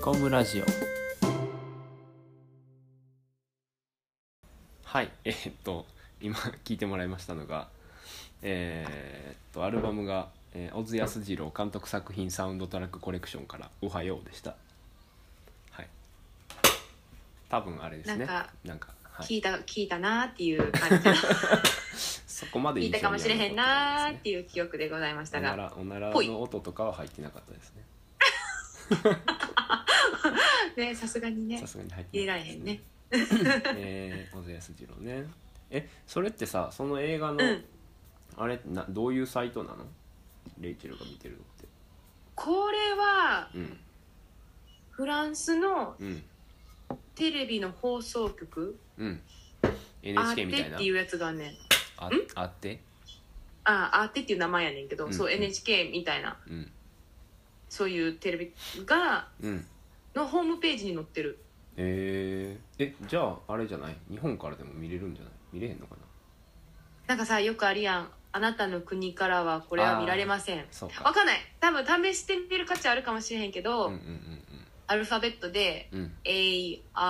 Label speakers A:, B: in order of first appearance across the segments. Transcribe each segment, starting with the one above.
A: コムラジオ
B: はい、えーっと今聞いてもらいましたのがえーっとアルバムが、えー、小津安二郎監督作品サウンドトラックコレクションから「おはよう」でしたはい多分あれですね
C: なんか
B: なんかは
C: 聞
B: い、
C: いた、聞いたなーっていう感 じの
B: そこまで
C: 聞いたかもしれへんなーって
B: い
C: いう記憶でございまし
B: お
C: た
B: な
C: が
B: らおなら
C: ぽい
B: の音とかは入ってなかったですね
C: ねさすがにね
B: さすがに入って
C: 入れ
B: な
C: ら
B: か
C: れ
B: ったです
C: へんね
B: えー小津安二郎ねえそれってさその映画の、
C: うん
B: あれなどういうサイトなのレイチェルが見てるのって
C: これは
B: うん
C: フランスの
B: うん
C: テレビの放送局
B: うん
C: ア
B: NHK
C: ー
B: み
C: テ
B: たい
C: っ
B: な
C: ていうやつがね
B: ああって
C: あアーテっていう名前やねんけど、
B: うん
C: そう
B: うん
C: NHK みたいな
B: うん
C: そういうテレビが
B: うん
C: のホームページに載ってる
B: えー、えじゃああれじゃない日本からでも見れるんじゃない見れへんのかな
C: なんかさよくあるやんあなたの国からはこれは見られません
B: そうか
C: わかんない多分試してみる価値あるかもしれへんけど、
B: うんうん
C: アルファベットで
B: うんうんうん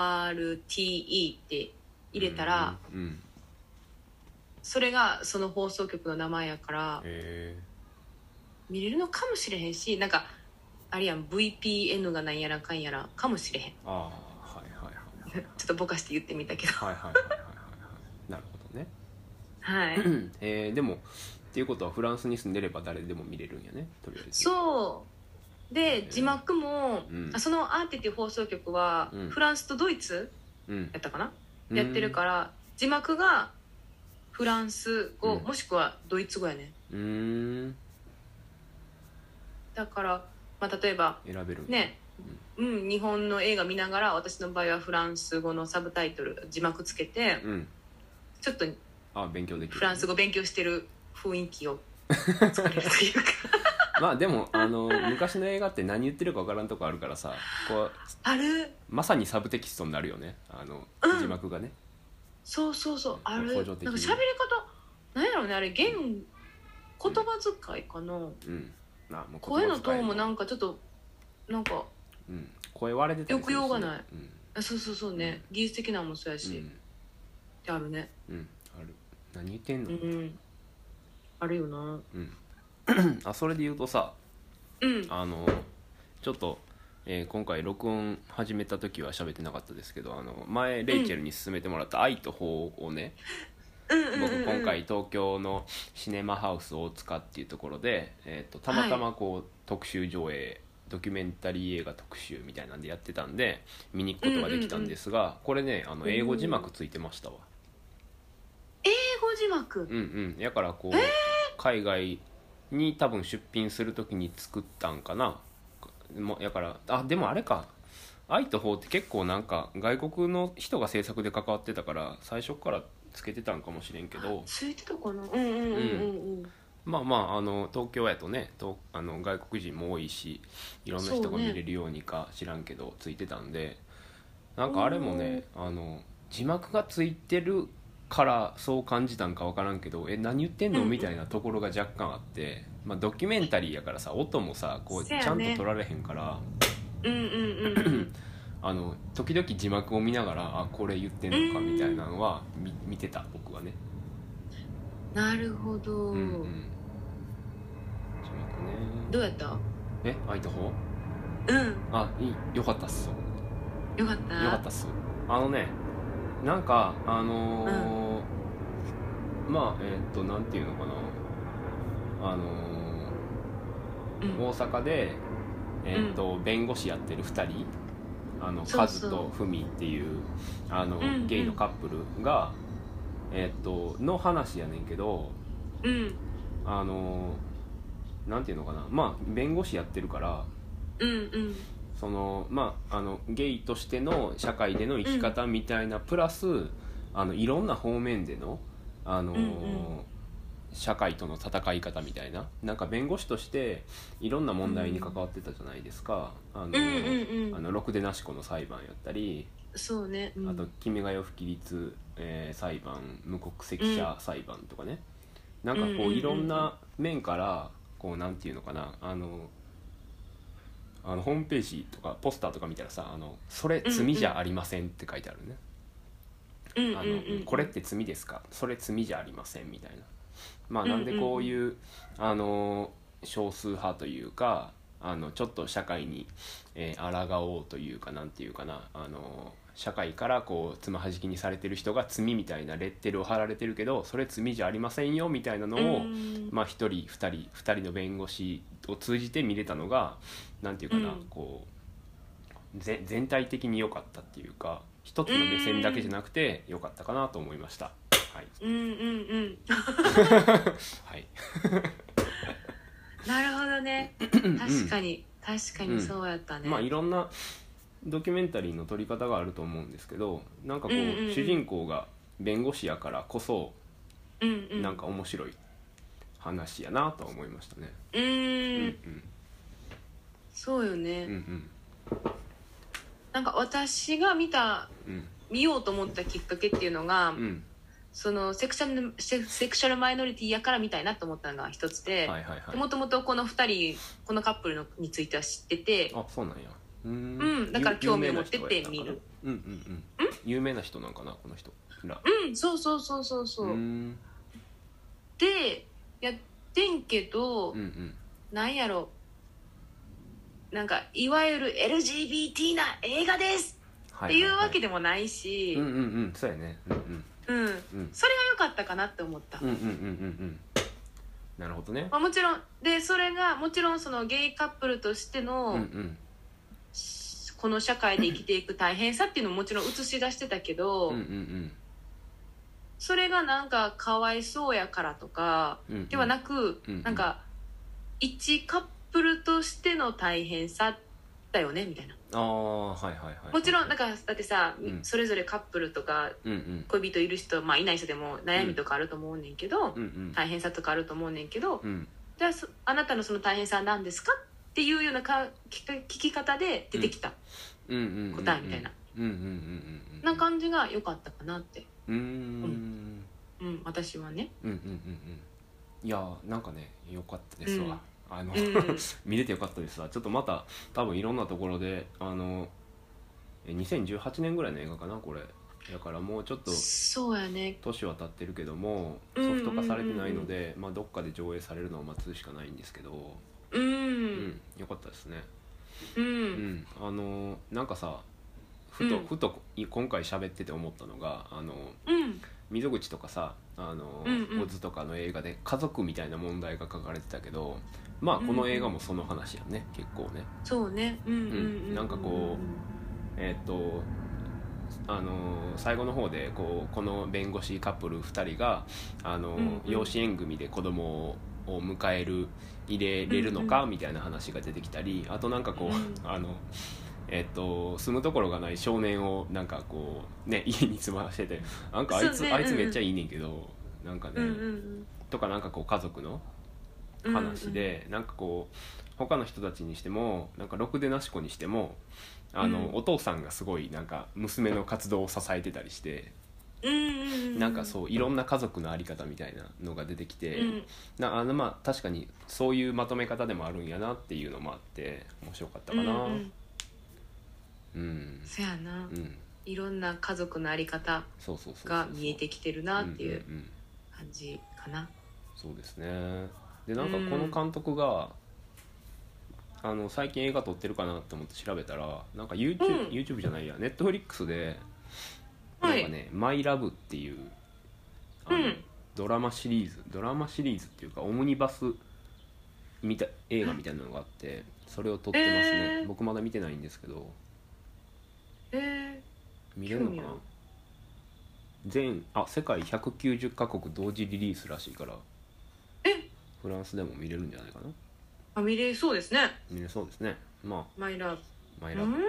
C: ARTE って入れたら、
B: うんうん、うん
C: それがその放送局の名前やから
B: え
C: 見れるのかもしれへんしなんかあれやん VPN がなんやらかんやらかもしれへん
B: ー、ああはいはいはいはい
C: ちょっとぼかして言って みたけど
B: はいはいはいはいはいなるほどね、
C: はい
B: えー、でもっていうことはフランスに住んでれば誰でも見れるんやねとりあえずう
C: そうで字幕も、
B: うん
C: あそのアーティっていう放送局は、
B: うん
C: フランスとドイツ
B: うん
C: やったかな、やってるから字幕がフランス語、
B: うん
C: もしくはドイツ語やね
B: うーん
C: だから、まあ、例えば
B: 選べるんや
C: ねうん、日本の映画見ながら私の場合はフランス語のサブタイトル字幕つけて
B: うん
C: ちょっと
B: あ勉強できる
C: フランス語勉強してる雰囲気を作れるとい うか
B: まあでもあの昔の映画って何言ってるかわからんとこあるからさこう
C: ある
B: まさにサブテキストになるよねあの
C: うん
B: 字幕がね、
C: そうそうそうある
B: 補
C: なん
B: 助
C: か
B: 的に
C: 喋り方なんやろうねあれ言言葉遣いかな、
B: うんまあもう言葉
C: 声
B: 遣い
C: のトーンもなんかちょっとなんか
B: うん、声割れてたりするし
C: 抑揚がない、
B: うん
C: あそうそうそうね、技術的なのもそうやし、ってあるね
B: うん、うん、ある何言ってんの、
C: う
B: うん
C: んあるよな
B: あそれで言うとさ
C: うん
B: あのちょっと、えー今回録音始めた時は喋ってなかったですけどあの前レイチェルに勧めてもらった「愛と法」をね、
C: うんうんうん
B: 僕
C: うん
B: 今回東京のシネマハウス大塚っていうところで、えー、とたまたまこう、特集上映ドキュメンタリー映画特集みたいなんでやってたんで見に行くことができたんですが、これねあの英語字幕ついてましたわ
C: 英語字幕
B: うんうんやからこう、海外に多分出品する時に作ったんかなもやからあでもあれか「愛と法」って結構なんか外国の人が制作で関わってたから最初からつけてたんかもしれんけど
C: ついてたかなうんうんうんうんうん
B: まあまああの東京やとねとあの外国人も多いしいろんな人
C: そ
B: が
C: うね
B: 見れるようにか知らんけど、ついてたんでなんかあれもねあの字幕がついてるからそう感じたんか分からんけどえ何言ってんの
C: うんうん
B: みたいなところが若干あって、まあ、ドキュメンタリーやからさ音もさこうち
C: せや
B: ゃん
C: ね
B: と取られへんから、
C: うんうんうんうん
B: あの時々字幕を見ながらあこれ言ってんのかみたいなのは見見てた僕はね。
C: なるほど、
B: うんうん、字幕ね
C: どうやった
B: え開いた方
C: うん
B: あいいよかったっすよ
C: よかった
B: かったっすあのねなんかあのーまあえーっとなんていうのかなあの
C: うん
B: ー、大阪でえーっと、弁護士やってる2人あの
C: そう
B: カ
C: そ
B: ズ
C: う
B: とフミっていうあの、
C: うんうん
B: ゲイのカップルがえーっとの話やねんけど
C: うん
B: あのーなんていうのかなまあ弁護士やってるから
C: うんうん
B: そのまああのゲイとしての社会での生き方みたいな、プラスあのいろんな方面でのあのー、
C: うんうん
B: 社会との戦い方みたいななんか弁護士としていろんな問題に関わってたじゃないですか、あの
C: うん
B: ー
C: うんう
B: あ
C: ん
B: のろくでなし子の裁判やったり、
C: そうね、うん、
B: あと「君が代」不起立、えー裁判無国籍者裁判とかね、なんか
C: うんうん
B: こ
C: う
B: うんいろんな面からこうなんていうのかなあのあのホームページとかポスターとか見たらさ「あのそれ罪じゃありません」って書いてあるね
C: うん
B: 「
C: うん
B: あ
C: うん
B: のこれって罪ですかそれ罪じゃありません」みたいなまあなんでこういうあの少数派というかあのちょっと社会に、えー抗おうというかなんていうかなあの社会からこうつまはじきにされてる人が罪みたいなレッテルを貼られてるけどそれ罪じゃありませんよみたいなのを、
C: うん
B: まあ、1人2人2人の弁護士を通じて見れたのがなんていうかな、
C: うん
B: こうぜ全体的に良かったっていうか一つの目線だけじゃなくて良かったかなと思いました。はい、
C: うんうんうん
B: はい、
C: なるほどね確かに確かにそうやったね、
B: まあいろんなドキュメンタリーの撮り方があると思うんですけどなんかこう、
C: うんうんうん
B: 主人公が弁護士やからこそ
C: うんうん
B: なんか面白い話やなとは思いましたね。
C: う
B: うん
C: ー
B: うん
C: そうよね、
B: んうん
C: なんか私が見た
B: うん
C: 見ようと思ったきっかけっていうのが、
B: うん
C: そのセクシャルセセクシャルマイノリティやからみたいなと思ったのが一つで、
B: はいはいはい。
C: もともとこの2人このカップルのについては知ってて
B: あそうなんやうーん
C: うんだから
B: 有
C: 興味を持ってって見る
B: 有名な人がやったのかなうんうんうん有名な人なんかなこの人ら
C: うんそうそうそうそうそうう、
B: ーん
C: でやってんけど、
B: うんうん
C: なんやろなんかいわゆる LGBT な映画です
B: は
C: っていうわけ
B: で
C: でもないし、
B: うんうんうんそうやねうんうん
C: うん
B: うん
C: それが良かったかなって思った、
B: うんうんうんうんうんなるほどね
C: まあ、もちろんでそれがもちろんそのゲイカップルとして
B: う
C: の、
B: んうん
C: この社会で生きていく大変さっていうのももちろん映し出してたけど、
B: うんうんうん
C: それがなんかかわいそうやからとか
B: うんうん
C: ではなく、
B: うんうん
C: なんか一カップルとしての大変さだよねみたいな
B: ああはいはいはい
C: もちろん
B: な
C: なんかだってさ、
B: うん
C: それぞれカップルとか
B: うんうん
C: 恋人いる人、まあ、いない人でも悩みとかあると思うねんけど、
B: うんうん
C: 大変さとかあると思うねんけど、
B: うん
C: じゃあそあなたのその大変さは何ですかっていうようなか聞か聞き方で出てきた、
B: うんうんうんうん
C: 答えみたいな
B: うんうんうんうんうん
C: な感じが良かったかなって、
B: うーん
C: うん、私は ね。
B: うんうんうんうんいやーなんかね良かったですわ、あの、
C: うん
B: 見れて良かったですわちょっとまた多分いろんなところであのえ2018年ぐらいの映画かなこれだからもうちょっと
C: そうやね
B: 年は経ってるけども
C: う
B: ソ
C: んうんうんうん
B: フト化されてないので、まあ、どっかで上映されるのを待つしかないんですけど、う
C: う
B: ん良かったですね、
C: うん、
B: うん、あのなんかさふと、
C: うん
B: ふとい今回喋ってて思ったのがあの
C: うん、
B: 溝口とかさあの、
C: うんうん
B: オズとかの映画で家族みたいな問題が書かれてたけどまあこの映画もその話やね、結構ね
C: そうねうんうん、うん、
B: なんかこえーっとあの最後の方でこうこの弁護士カップル2人があの、
C: うんうん
B: 養子縁組で子供をを迎える入れれるのか、
C: うんう
B: みたいな話が出てきたりあとなんかこう、
C: うん
B: あのえーっと住むところがない少年をなんかこうね 家に住まわせててなんかあいつ、
C: そうね
B: あいつめっちゃいいねんけどなんかね、
C: うんうん
B: とかなんかこう家族の
C: うん
B: 話で、なんかこう他の人たちにしてもなんかろくでなし子にしてもあの、
C: うん
B: お父さんがすごいなんか娘の活動を支えてたりして、
C: うんうんうん
B: なんかそういろんな家族の在り方みたいなのが出てきて、
C: うん
B: なあのまあ確かにそういうまとめ方でもあるんやなっていうのもあって面白かったかな
C: うんうん、
B: うん、
C: そやな、
B: うん、
C: いろんな家族のあり方
B: そうそうそうそう
C: が見えてきてるなっていう
B: うんうんうん
C: 感じかな
B: そうですねでなんかこの監督が、あの最近映画撮ってるかなと思って調べたらなんか YouTube,、
C: うん
B: YouTube じゃないや Netflix で、
C: はい
B: なんかね「マイラブっていうあの、
C: うん
B: ドラマシリーズドラマシリーズっていうかオムニバスみた映画みたいなのがあってそれを撮ってますね、
C: えー
B: 僕まだ見てないんですけど
C: へえ
B: 見れるのかな
C: 興味ある
B: 全あ世界190カ国同時リリースらしいから
C: え
B: フランスでも見れるんじゃないかな
C: あ見れそうですね
B: 見れそうですねま
C: マイラブ
B: あマイ
C: う
B: ラ
C: ん
B: ブ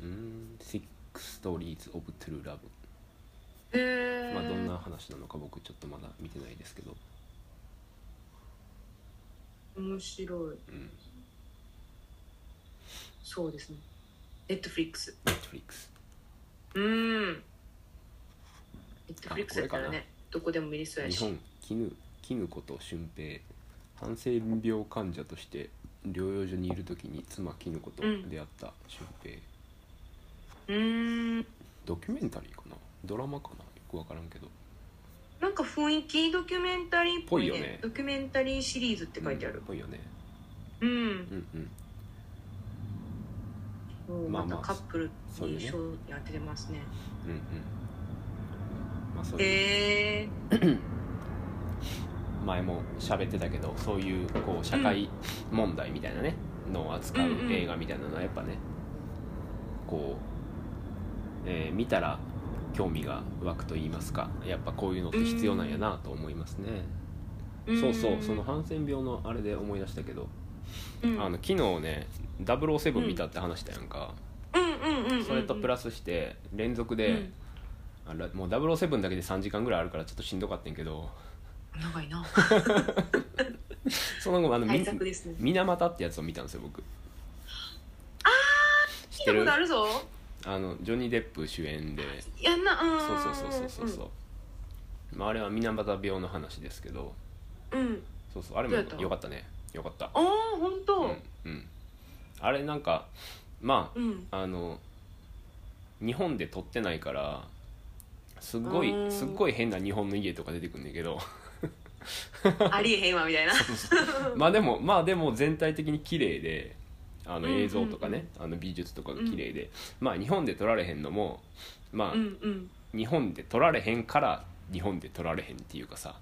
B: うん「Six Stories of True Love
C: へ」え
B: まあどんな話なのか僕ちょっとまだ見てないですけど
C: 面白い
B: うん
C: そうですねネットフリックス
B: Netflix
C: うんネットフリックスだったら
B: あこれ
C: ねどこでも見れそうや
B: 日
C: し
B: 本絹絹子と俊平ハンセン病患者として療養所にいる時に妻絹子と出会った俊平、
C: うーん
B: ドキュメンタリーかなドラマかなよく分からんけど
C: なんか雰囲気ドキュメンタリーっぽいね
B: ぽいよね
C: ドキュメンタリーシリーズって書いてある
B: うんぽいよね
C: うん、
B: うんうん
C: もう
B: まあ
C: ま
B: ま
C: た
B: あ
C: カップル
B: そういう
C: に
B: ね
C: 賞に当ててますね
B: うんうんまあそういう
C: へえ
B: 前も喋ってたけどそういうこう社会問題みたいなね、のを扱う
C: うんうん
B: 映画みたいなのはやっぱねこう、えー見たら興味が湧くと言いますかやっぱこういうのって必要なんやなと思いますね、そうそうその、ハンセン病のあれで思い出したけど、
C: うん、
B: あの昨日ね007見たって話したやんか、
C: うんうんうんうんうん
B: それとプラ
C: ス
B: スして連続で、あらもう007だけで3時間ぐらいあるからちょっとしんどかったんやけど
C: 長いな
B: その後あの、 み
C: 対策ですね
B: 水俣ってやつを見たんですよ僕知って
C: 聞いたこ
B: る
C: とあるぞ
B: あのジョニー・デップ主演で
C: やんなうん
B: そうそうそうそうそうそう、まあ、あれは水俣病の話ですけど
C: うん、うん、
B: そうそうあれ
C: どうやった
B: もよかったねよかった
C: ああ本当
B: うんうんあれなんかまあ
C: うん
B: あの日本で撮ってないからすっごい
C: うん
B: すっごい変な日本の家とか出てくるんだけど
C: ありえへんわみ たいな
B: まあでもまあでも全体的に綺麗であの
C: うんうんうん
B: 映像とかね、あの美術とかが綺麗で、まあ日本で撮られへんのもまあ、
C: うんうん
B: 日本で取られへんから日本で取られへんっていうかさ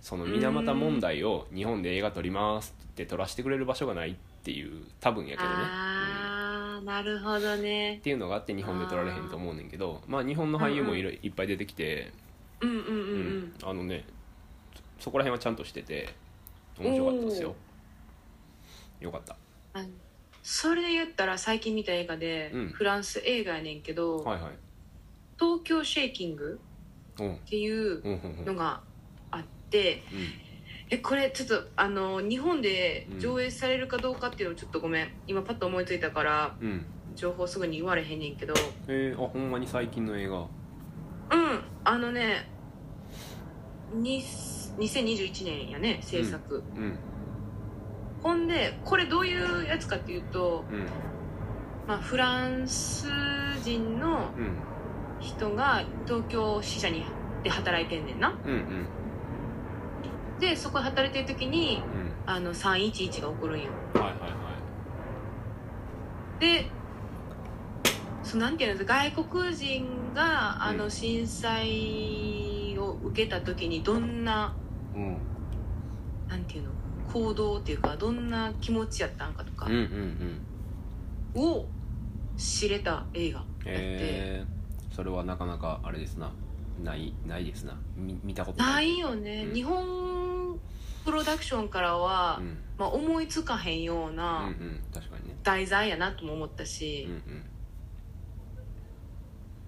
B: その水俣問題を日本で映画撮りますって撮らせてくれる場所がないっていう多分やけどね、うんっ
C: ああなるほどね
B: ていうのがあって日本で撮られへんと思うねんけどまあ日本の俳優もいろいっぱい出てきて、
C: うんうんうん
B: う
C: うんん
B: あのねそそこら辺はちゃんとしてて面白かったですよよかった
C: あのそれで言ったら最近見た映画で、
B: うん
C: フランス映画やねんけど、
B: はいはい
C: 東京シェイキング
B: うんうん
C: っていう
B: うんうん
C: のがあって、
B: うん
C: えこれちょっとあの日本で上映されるかどうかっていうのちょっとごめん今パッと思いついたから
B: うん
C: 情報すぐに言われへんねんけど
B: えー、あほんまに最近の映画
C: うんあのねに2021年やね制作、
B: うん
C: ほんでこれどういうやつかっていうと、
B: うん
C: まあ、フランス人の
B: うん
C: 人が東京支社にで働いてんねんな
B: うんうん
C: でそこで働いてる時
B: う
C: にあの311が起こるんよ
B: んはいはいはい
C: でそうなんていうの外国人があ
B: う
C: の
B: ん
C: 震災を受けた時にどんな、
B: うん
C: なんていうの行動っていうかどんな気持ちやったんかとか
B: うんうんうん
C: を知れた映画やって、
B: えー、それはなかなかあれですなないないですなみ見たこと
C: な
B: ない
C: いよね、
B: うん
C: 日本プロダクションからは、
B: うん、
C: まあ、思いつかへんよ
B: う
C: う
B: んう
C: なん
B: 確かにね
C: 題材やなとも思った
B: う
C: し、
B: ん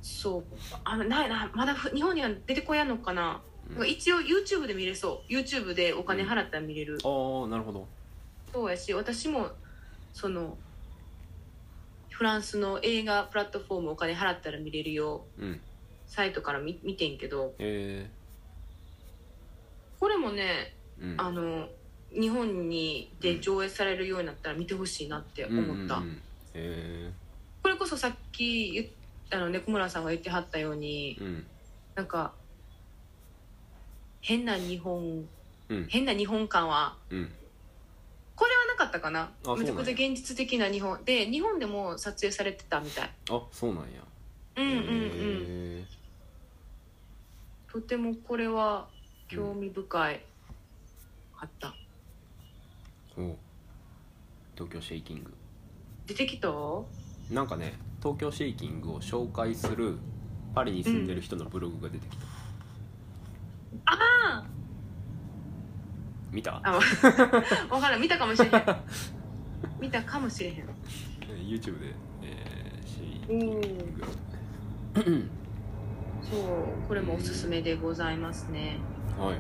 C: そうあのないなまだふ日本には出てこやんのかな、
B: うんうん
C: 一応 YouTube で見れそう YouTube でお金払ったら見れる、
B: ああなるほど
C: そうやし私もそのフランスの映画プラットフォームお金払ったら見れるよ
B: うん
C: サイトから見見てんけど
B: え
C: これもね
B: ー、うん
C: あの日本にで上映されるようになったら見てほしいなって思った、
B: うんうんうん、え
C: これこそさっき言っあの猫村さんが言ってはったように
B: ー、うん
C: なんか変な日本、
B: うん
C: 変な日本感は
B: うん
C: これはなかったかな
B: そうなんや
C: めちゃくちゃ現実的な日本で日本でも撮影されてたみたい
B: あそうなんや
C: うんうんうん、
B: え
C: とてもこれは興味深い、あった
B: ー、お東京シェイキング
C: 出てきた
B: なんかね東京シェイキングを紹介するパリに住んでる人のブログが出てきた、
C: あ
B: 見た
C: あ分からん見たかもしれへ ん見たかもしれへん
B: YouTube で、えー、シェイキン
C: おお
B: グ
C: そうこれもおすすめでございますね
B: はい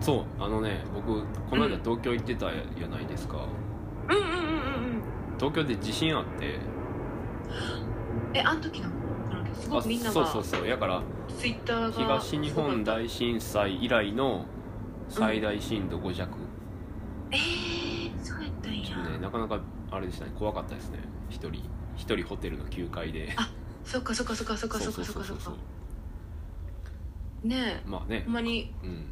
B: そうあのね僕この間
C: うん
B: 東京行ってたじゃないですか、
C: うんうんうんうんうん
B: 東京で地震あって
C: えあの時なのかなすご
B: あ
C: くみんな
B: そうそう
C: が
B: そうやから
C: ツイッターが
B: 東日本
C: だ
B: 大震災以来の最大震度5弱
C: えー、そうやったったん
B: ちょっとね
C: や
B: なかなかあれでしたね怖かったですね一人一人ホテルの9階で
C: そっかそっかそっかそっかそっかそっかそっかね
B: まあ
C: え
B: ね
C: ほんまに
B: うん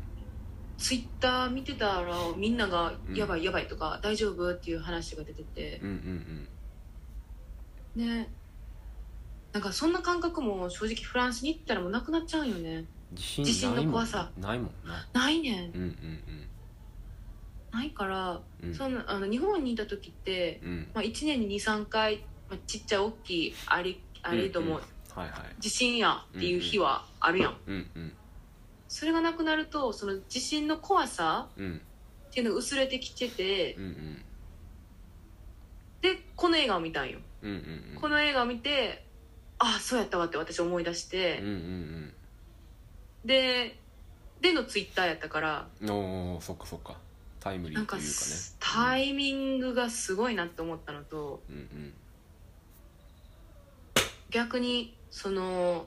C: ツイッター見てたらみんなが
B: う
C: 「
B: ん
C: やばいやばい」とか「大丈夫?」っていう話が出てて
B: うんうん
C: ねなんかそんな感覚も正直フランスに行ったらもうなくなっちゃうんよね
B: うん地震
C: 地震の
B: ないもん
C: 怖さ
B: ないもんな
C: ないねん
B: うんうん
C: ないから
B: うんうん
C: そのあの日本にいた時って、
B: うん
C: まあ、1年に23回、まあ、ちっちゃい大きいあれあれども、
B: うんうんはいはい
C: 地震やっていう日はあるやん、
B: うんうん
C: それがなくなるとその地震の怖さ
B: うん
C: っていうのが薄れてきてて
B: うんうん
C: でこの映画を見たんよ
B: うんうんうん
C: この映画を見てああそうやったわって私思い出して
B: うん、うん
C: ででのツイッターやったから
B: うんおーそっかそっかタイムリ
C: な
B: ー
C: ん
B: と
C: か
B: いうかね
C: すタイミングがすごいなって思ったのと
B: うんうん
C: 逆にその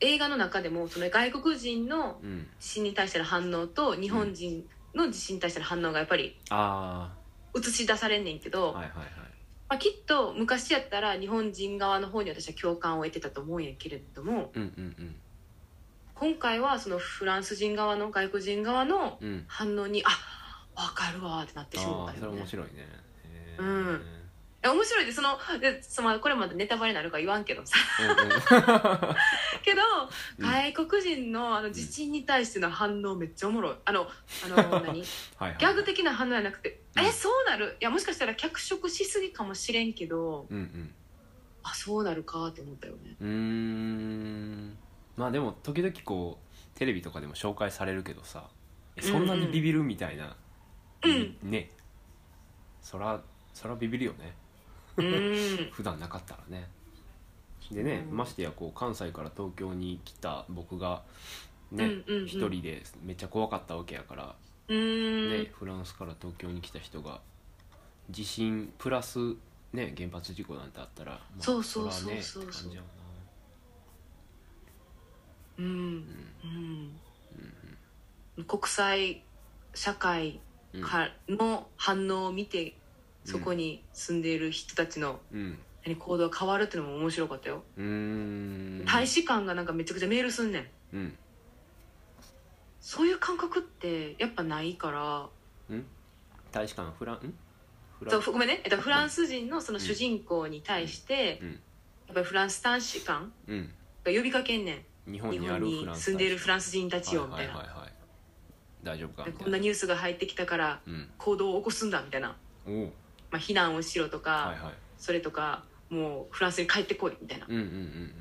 C: 映画の中でもその外国人の
B: うん
C: 地震に対しての反応と日本人の地震に対しての反応がやっぱり
B: あ
C: 映し出されんねんけど、
B: あはいはいはい
C: まあ、きっと昔やったら日本人側の方に私は共感を得てたと思うんやけれども
B: うんうん
C: 今回はそのフランス人側の外国人側の
B: うんうん
C: 反応にあわかるわーってなってしま
B: あ
C: っ
B: あ
C: た
B: それ
C: よね
B: 面白いねへー
C: うん
B: うんうん
C: いや面白いでそのでそのこれまでネタバレになるから言わんけどさけど、
B: うん
C: 外国人のあの地震に対しての反応めっちゃおもろいあの あの何ギ
B: はいはい
C: ャグ的な反応じゃなくて、
B: うん
C: えそうなるいやもしかしたら脚色しすぎかもしれんけど
B: うんうん
C: あそうなるかーって思ったよね
B: うーんまあでも時々こうテレビとかでも紹介されるけどさえそんなにビビるみたいな、
C: うん
B: ねそらそらビビるよね
C: うーん
B: 普段なかったらねでね、
C: うん
B: ましてやこう関西から東京に来た僕が
C: う
B: ね
C: んうんうん
B: 一、人でめっちゃ怖かったわけやから、
C: うーん、
B: ね、フランスから東京に来た人が地震プラス、ね、原発事故なんてあったら、まあ
C: そうそう
B: そらね
C: そうそうそう
B: って感じやも
C: うん
B: な
C: うん国際社会
B: うん
C: かの反応を見て、そこに住んでいる人たちの
B: うん
C: 何行動が変わるっていうのも面白かったよ、
B: うーん
C: 大使館がなんかめちゃくちゃメールすんねん
B: うん
C: そういう感覚ってやっぱないから
B: 大使館フランんフラ
C: そう
B: ン
C: ふごめんね、えっと、フランス人のその主人公に対して、
B: うんうん
C: やっぱりフランス大使館
B: うん
C: が呼びかけんね
B: 日
C: ん
B: 本
C: 日
B: にあ
C: 本
B: る
C: に
B: フランス
C: 住んでいるフランス人たちよみ
B: は
C: た
B: い
C: い
B: はい
C: な
B: はいはい大丈夫かみたい
C: で
B: な
C: こんなニュースが入ってきたから
B: うん
C: 行動を起こすんだみたいな、
B: おお
C: まあ、避難をしろとか、
B: はいはい
C: それとかもうフランスに帰ってこいみたいな
B: うんうん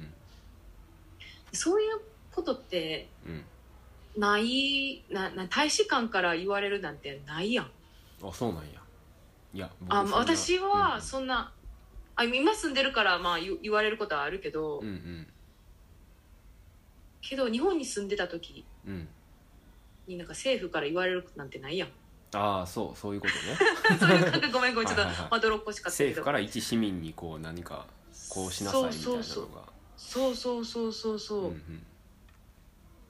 C: そういうことって
B: うんうん
C: ないなな大使館から言われるなんてないやん
B: うんあそうなんやいや僕
C: あ
B: そんな
C: まあ私
B: う
C: は
B: ん
C: そんな、あ今住んでるからまあ言言われることはあるけど、
B: うん
C: けど日本に住んでた時
B: うんうん
C: になんか政府から言われることなんてないやん
B: ああそうそういうことね
C: そういう感覚ごめんごめんちょっと
B: はいはいはい
C: まどろっこしかったけ
B: 政
C: ど
B: 府から一市民にこう何かこうしなさいみたいな
C: そう
B: の
C: そう
B: が
C: そうそうそうそうそう、
B: うんうん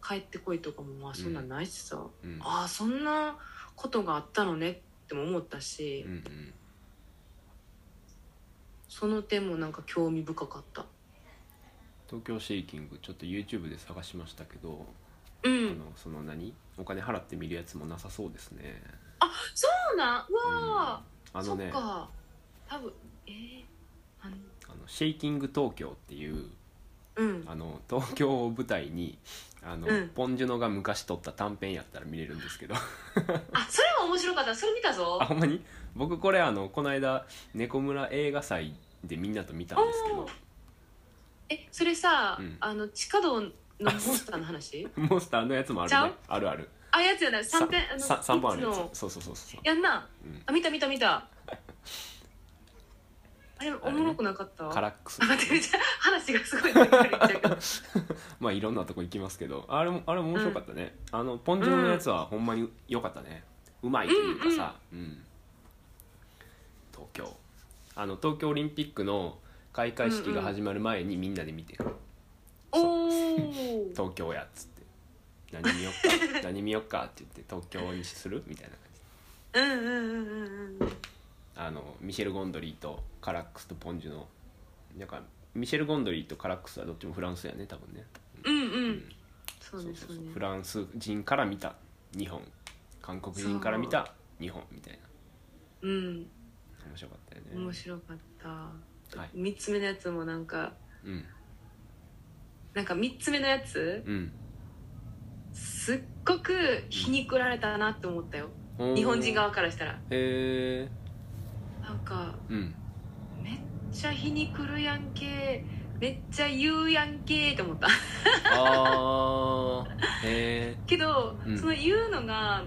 C: 帰ってこいとかもまあそんなんないしさ、
B: うん
C: ああそんなことがあったのねっても思ったし、
B: うんうん
C: その点もなんか興味深かった
B: 東京シェイキングちょっと YouTube で探しましたけど
C: う
B: あ
C: ん
B: のその何お金払って見るやつもなさそうですね
C: そうなんうわ
B: あ
C: ー、
B: のね
C: そっか多分えー、あの
B: あのシェイキング東京っていう
C: うん
B: あの東京を舞台にあの、
C: うん
B: ポンジュノが昔撮った短編やったら見れるんですけど
C: あそれも面白かったそれ見たぞ
B: あほんまに僕これあのこの間猫村映画祭でみんなと見たんですけ
C: お
B: ど
C: ーえそれさ、
B: うん
C: あの地下道のモンスター の話
B: モンスターのやつもある
C: ちゃ
B: ね
C: う
B: あるある
C: あやつやな3点あの
B: さ三本ある
C: い
B: や
C: つの
B: つそうそうそうそう
C: やんな、
B: うん
C: あ見た見た 見たあれおもろくなかった
B: カラックス
C: あ待ってめっちゃ話がすごい遠くなっち ゃうけど
B: まあいろんなとこ行きますけどあれもあれも面白かったね、あのポンジュノのやつはほんまに良かったねうまいというかさ、うん東京あの東京オリンピックの開会式が始まる前にみんなで見て、
C: おお
B: 東京 やっつって何見よっか何見よっかって言って東京にするみたいな感じ
C: うんうんうんうんうん
B: あのミシェル・ゴンドリーとカラックスとポンジュのなんかミシェル・ゴンドリーとカラックスはどっちもフランスやね多分ね
C: うんうんそう
B: そう
C: ね
B: そ
C: そうう
B: そう
C: ね
B: フランス人から見た日本韓国人から見た日本みたい
C: うん
B: な面白かったよね
C: 面白かった、
B: はい
C: 3つ目のやつもなんか
B: うん
C: なんか3つ目のやつ
B: うん
C: すっごく皮肉られたなって思ったよ
B: おー
C: 日本人側からしたら
B: へえ
C: なんか
B: うん
C: めっちゃ皮肉るやんけめっちゃ言うやんけって思った
B: あーへえ
C: けど、
B: うん
C: その言うのが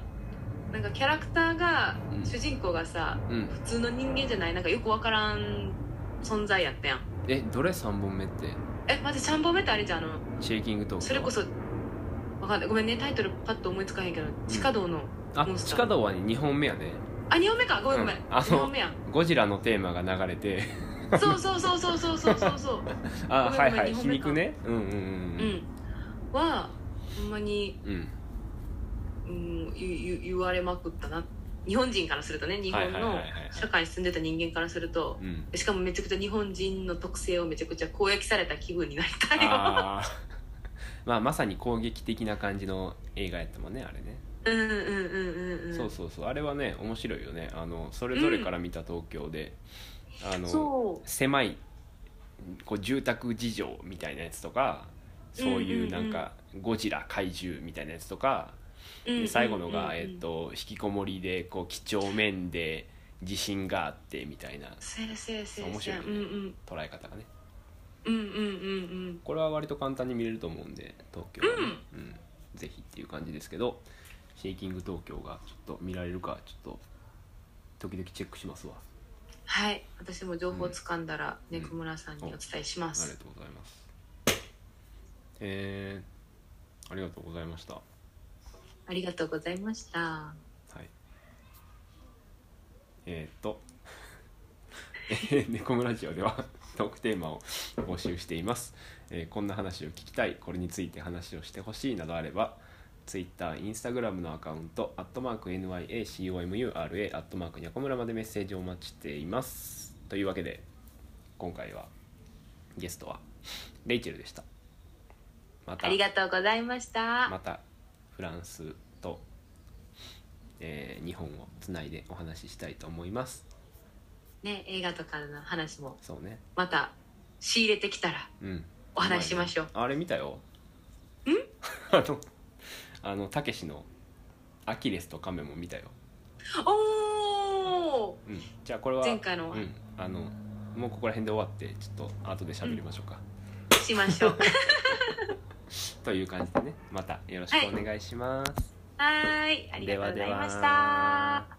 C: なんかキャラクターが、
B: うん
C: 主人公がさ
B: うん
C: 普通の人間じゃないなんかよくわからん存在やったやん
B: えどれ3本目って
C: え待って3本目ってあれじゃんあの
B: シェイキングトーク
C: それこそわかんないごめんねタイトルパッと思いつかへんけど地下道の
B: あ
C: モンスター
B: 地下道は2本目やね
C: あ2本目かごめんごめん、
B: うんあの
C: 2本目やん
B: ゴジラのテーマが流れ て
C: そうそうそうそうそうそうそうそう
B: あ
C: ごめん
B: はいは
C: ごめ
B: い皮
C: ん二本目か
B: 肉ねうんうん
C: う
B: うん
C: んはほんまに、
B: うんうん
C: うん、ゆゆ言われまくったな日本人からするとね日
B: は
C: 本
B: いはいはいはい
C: の
B: はい
C: 社会に住んでた人間からすると
B: うん
C: しかもめちゃくちゃ日本人の特性をめちゃくちゃ攻撃された気分になりたいよ。
B: あー まあまさに攻撃的な感じの映画やったもんねあれね、
C: うんうんうんうんうん。
B: そうそうそうあれはね面白いよねあのそれぞれから見た東京で、あの
C: そ
B: 狭いこう住宅事情みたいなやつとかそうい
C: ん
B: う
C: うん
B: な
C: うん
B: んかゴジラ怪獣みたいなやつとか、
C: ううんうんう
B: で
C: んうん。
B: 最後のが、えっと、引きこもりでこう几帳面で地震があってみたいな
C: せやせやせや
B: 面
C: せ
B: 白い
C: や。
B: ね
C: うんうん
B: 捉え方がね
C: うんうんうん
B: これは割と簡単に見れると思うんで東京はね、うんぜひっていう感じですけどシェイキング東京がちょっと見られるかちょっと時々チェックしますわ
C: はい私も情報をつかんだら
B: うん
C: 猫村さんにお伝えしま
B: ありが
C: す。
B: とうございますえー、ありがとうございましたは
C: ありがとうございました。
B: いえー、っと えー猫村ラジオではトークテーマを募集しています、えーこんな話を聞きたいこれについて話をしてほしいなどあれば Twitter、Instagram のアカウント、アットマーク NYACOMURA、アットマークにゃこむらまでメッセージをお待ちしています。というわけで、今回はゲストはレイチェルでした。また
C: あ、りがとうございました。
B: またフランスと、えー日本をつないでお話ししたいと思います。
C: ね映画とかの話も
B: そうね。
C: また仕入れてきたら
B: うん。
C: お話ししましょう
B: あれ見たよ。ん あの、あの、たけしのアキレスとカメも見たよ。
C: おお
B: うん、じゃあこれは
C: 前回の
B: うん、あのもうここら辺で終わってちょっと後で喋りましょうか、
C: しましょう
B: という感じでねまたよろしくお願いします、
C: はーいありがとうございました、
B: ではでは